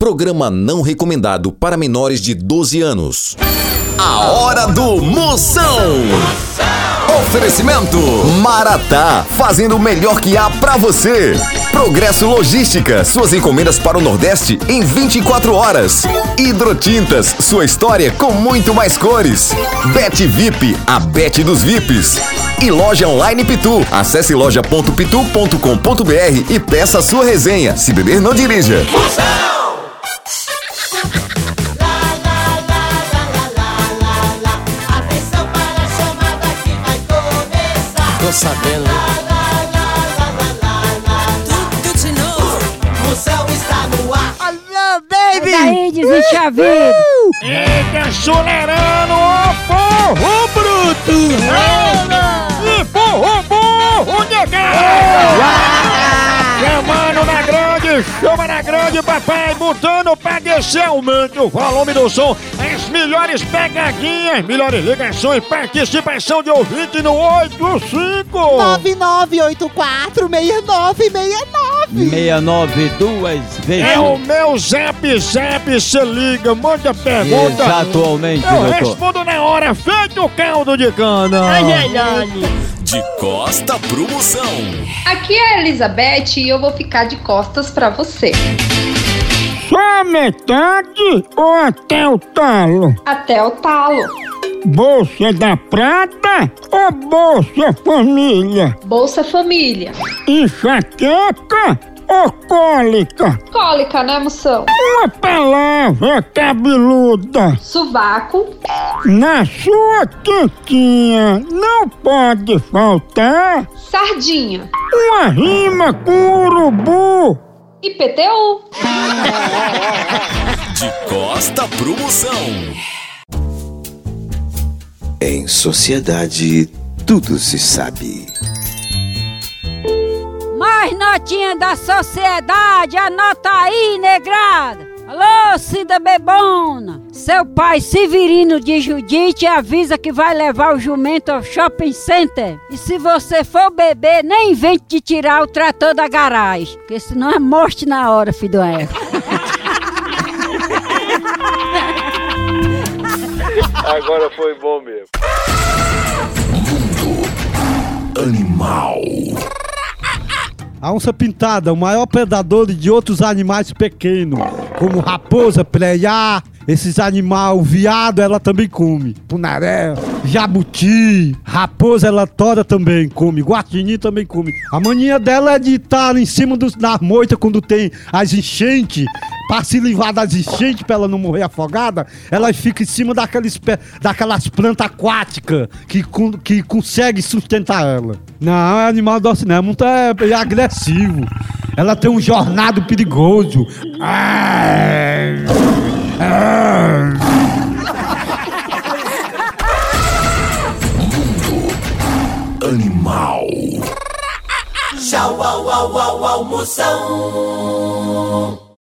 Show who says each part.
Speaker 1: Programa não recomendado para menores de 12 anos. A hora do Moção. Oferecimento Maratá, fazendo o melhor que há pra você. Progresso Logística, suas encomendas para o Nordeste em 24 horas. Hidrotintas, sua história com muito mais cores. Bet VIP, a Bet dos VIPs. E loja online Pitu. Acesse loja.pitu.com.br e peça a sua resenha. Se beber, não dirija.
Speaker 2: Atenção para a chamada que vai começar.
Speaker 3: Tô sabendo.
Speaker 2: Tudo de novo. Moção está no ar.
Speaker 4: Alô, baby!
Speaker 5: Daí desiste a vida.
Speaker 3: Eita, solerano, ó porro bruto! E porro burro, negado! Chamando na grande, chama na grande, papai, botando pra descer, aumenta o volume do som. As melhores pegadinhas, melhores ligações, participação de ouvinte no 85!
Speaker 4: 99846969.
Speaker 6: 69 duas vezes.
Speaker 3: É o meu zap zap, se liga, manda pergunta. É
Speaker 6: Exatamente,
Speaker 3: Eu
Speaker 6: doutor.
Speaker 3: respondo na hora, feito o caldo de cana.
Speaker 1: De costa pro Moção.
Speaker 7: Aqui é a Elizabeth e eu vou ficar de costas pra você.
Speaker 3: Só metade ou até o talo?
Speaker 7: Até o talo.
Speaker 3: Bolsa da prata ou bolsa família?
Speaker 7: Bolsa Família.
Speaker 3: Enxaqueca ou cólica?
Speaker 7: Cólica, né, moção?
Speaker 3: Uma palavra cabeluda.
Speaker 7: Sovaco.
Speaker 3: Na sua quintinha não pode faltar
Speaker 7: Sardinha.
Speaker 3: uma rima com urubu.
Speaker 7: IPTU.
Speaker 1: De costa pro Moção.
Speaker 8: Em sociedade, tudo se sabe.
Speaker 5: Mais notinha da sociedade, anota aí, negrada. Alô, Cida Bebona. Seu pai Severino de Judite avisa que vai levar o jumento ao shopping center. E se você for beber, nem invente de tirar o trator da garagem, porque senão é morte na hora, filho do F.
Speaker 9: A onça pintada, o maior predador de outros animais pequenos, como raposa, preiá, esses animais, viado, ela também come. Punaré, jabuti, raposa, ela tora também come, guatini também come. A mania dela é de estar em cima dos, da moita quando tem as enchentes, pra se livrar das enchentes pra ela não morrer afogada, ela fica em cima daqueles, pé- daquelas plantas aquáticas que, con- que consegue sustentar ela. Não, é animal dócil não, é muito é, é agressivo. Ela tem um jornado perigoso. Ah. Ai, ai.
Speaker 2: Tchau, au, au, au, almoção.